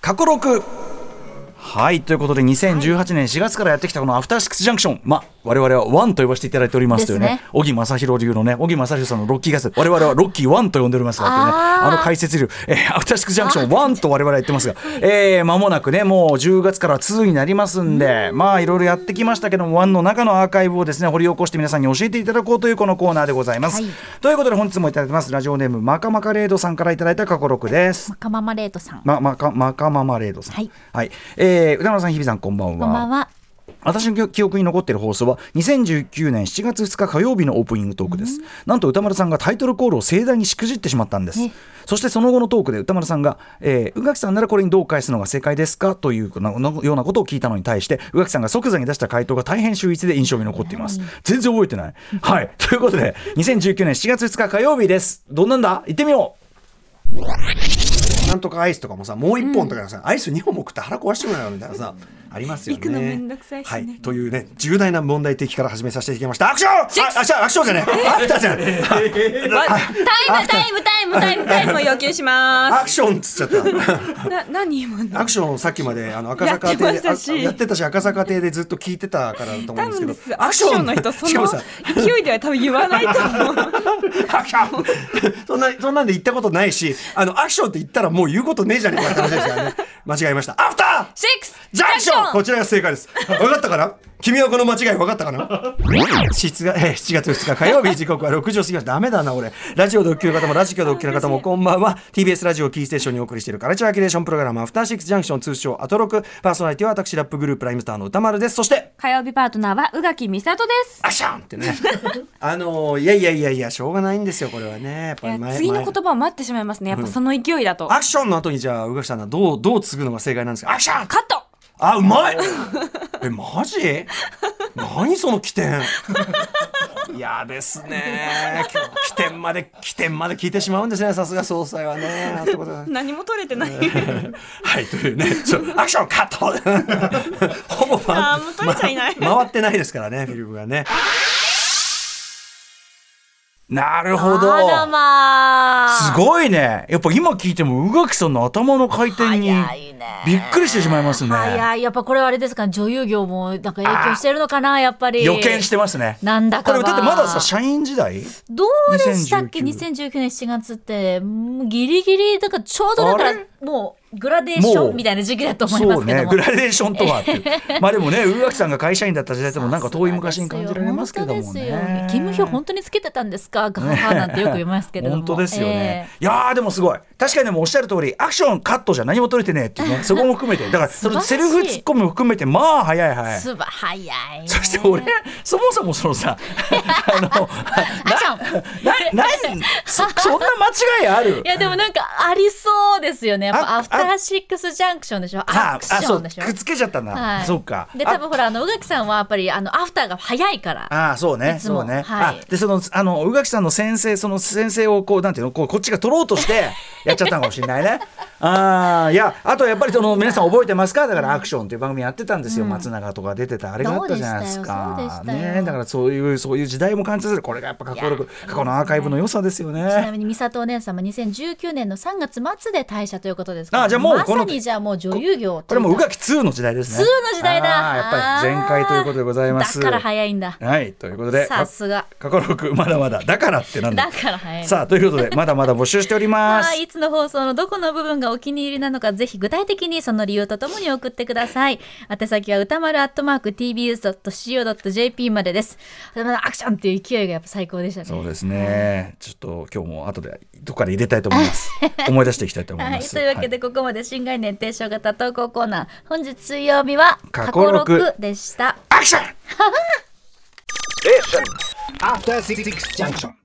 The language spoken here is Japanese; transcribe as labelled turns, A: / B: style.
A: 宅録はいということで2018年4月からやってきたこの「アフターシックスジャンクション」まあ我々は「ワン」と呼ばせていただいておりますという
B: です
A: ね
B: ね
A: 小木正弘流のね小木正弘さんのロッキーガス我々はロッキーワンと呼んでおりますからっていうね
B: あ
A: あ
B: ー
A: の解説流「えーアフターシックスジャンクションワンと我々は言ってますがえー間もなくねもう10月から2になりますんでまあいろいろやってきましたけどもワンの中のアーカイブをですね掘り起こして皆さんに教えていただこうというこのコーナーでございます
B: はい
A: ということで本日もいただいてますラジオネームマカマカレードさんからいただいた過去6です
B: マカママレードさん。
A: ま、まか、まかママレードさん。
B: はい。
A: えー、歌丸さん、日比さん、こんばんは。
B: こんばんは。
A: 私の記憶に残っている放送は、2019年7月2日火曜日のオープニングトークです。なんと歌丸さんがタイトルコールを盛大にしくじってしまったんです
B: ね。
A: そしてその後のトークで歌丸さんが、えー、宇垣さんならこれにどう返すのが正解ですかというようなようなことを聞いたのに対して、宇垣さんが即座に出した回答が大変秀逸で印象に残っています。全然覚えてない。 はい。ということで、2019年7月2日火曜日です。どんなんだ行ってみよう
C: なんとかアイスとかもさもう一本とかさ、アイス二本も食って腹壊してもらうみたいなさありますよね。
D: 行くのめんどくさいしね
C: はい、というね重大な問題提起から始めさせていただきましたアクションあアクションアクションじゃねえアフターじゃねえ
D: わタイムタイムタイムタイムタイムを要求しま
C: アクションっつっちゃった。
D: す。な何今の
C: アクションをさっきまであの赤坂亭
D: やってまし
C: であ
D: た
C: あ
D: し
C: やってたし赤坂亭でずっと聞いてたからだと思う
D: 多
C: んですけ
D: 分
C: ど
D: ですアクションの人そ
C: しか
D: の
C: もさ
D: 勢いでは多分言わないと思う。
C: アクションそんなそんなんで言ったことないしあのアクションって言ったらもう言うことねえじゃねえかって話ですからね間違えましたアフター
D: シックス
C: ジャンクションこちらが正解です。分かったかな君はこの間違い分かったかな ?7 月えー7月2日火曜 日時刻は6時を過ぎました。ダメだな、俺。ラジオでお聞きの方もラジオでお聞きの方 もこんばんは。TBS ラジオをキーステーションにお送りしているカルチャーキュレーションプログラム、アフターシックスジャンクション通称アトロク。パーソナリティは私、ラップグループライムスターの歌丸です。そして、
B: 火曜日パートナーは宇垣美里です。
C: アッシャンって ね。あのーいやいやいやいや、しょうがないんですよ、これはね。やっぱ
B: いや
C: り前
B: 次の
C: 前
B: 言葉を待ってしまいますね。やっぱその勢いだと。
C: アクションの後にじゃあ、宇垣さんはどう、どう継ぐのが正解なんですかアクション
B: カット
C: あ、うまい。え、マジ。何その起点。いやですね。今日起点まで、起点まで聞いてしまうんですね。さすが総裁はね。なんてことない
D: 何も取れてない。
C: はい、というね。そうアクションカット。ほぼ回
D: あーもう取れちゃいない。
C: 回ってないですからね、フィリップがね。
A: なるほど。
B: あらまあ。
A: すごいね。やっぱ今聞いても宇垣さんの頭の回転に
B: 早いね
A: びっくりしてしまいますね。
B: 早い。やっぱこれはあれですか、女優業もなんか影響してるのかな、やっぱり。
A: 予見してますね。
B: なんだか
A: こ
B: は
A: れだってまださ社員時代
B: どうでしたっけ
A: 2019
B: 2019年7月ってうんギリギリだからちょうどだか
A: あ
B: ら
A: れ
B: もうグラデーシ
A: も
B: ョ
A: う
B: ンみたいな時期だと思いま
A: そ
B: す
A: う
B: けど
A: ね
B: も
A: グラデーションとは っていうまあでもね宇垣さんが会社員だった時代でもなんか遠い昔に感じられますけども
B: 本当ですよ
A: ね。
B: 勤務表本当につけてたんですかガハハなんてよく言いますけれども
A: 本当ですよね、、いやーでもすごい確かにでもおっしゃる通りアクションカットじゃ何も取れてねえっていう ねそこも含めてだからそのセルフツッコミも含めてまあ早い
B: え
A: 早
B: ー
A: い
B: すば早いね
A: そして俺そもそもその さあの
B: アクション
A: ななんそそんな間違いある
B: いやでもなんかありそうですよねやっ
A: あ
B: ぱアフターシックスジャンクションでしょアクションでしょ
A: あそうくっつけちゃったんだ、
B: はい
A: そうか
B: で
A: あ
B: 多分ほらあの宇垣さんはやっぱりあのアフターが早いから
A: ああそうね
B: いつも
A: そうね、
B: はい
A: あでそのあの宇垣さんの先生その先生をこうなんていうのこうこっちが取ろうとしてやっちゃったのかもしれない ねああいやあとやっぱりその皆さん覚えてますかだからアクションっていう番組やってたんですよ、松永とか出てたあれがあったじゃないですか
B: そうでしたよそうでしたよ
A: ねだからそういうそういう時代も感じさせるこれがやっぱ過去録過去のアーカイブの良さですよ
B: ちな
A: ね
B: みに美里お姉様2019年の3月末で退社ということですから
A: あじゃあもう
B: ま
A: この
B: さにじゃあもう女優業
A: これもう宇
B: が
A: 垣2の時代ですね
B: 2の時代だ
A: あーやっぱり全開ということでございます
B: だから早いんだ
A: はいということで
B: さすが
A: 過去録まだまだだからってなんだ
B: だから早いんだ
A: さあということでまだまだ募集しておりま
B: は
A: す
B: い、いつの放送のどこの部分がお気に入りなのか、ぜひ具体的にその理由とともに送ってください。宛先は歌丸アットマーク tbs.co.jp までです。まだアクションっていう勢いがやっぱ最高でしたね。
A: そうですねちょっと今日も後でどっかで入れたいと思います 思い出していきたいと思い
B: は
A: ま
B: い、
A: す
B: というわけでここまで新概念提唱型投稿コーナー、本日水曜日は
A: 過
B: 過
A: 去
B: 去
A: 録
B: 録でした。
C: アクション
E: After Six Junction.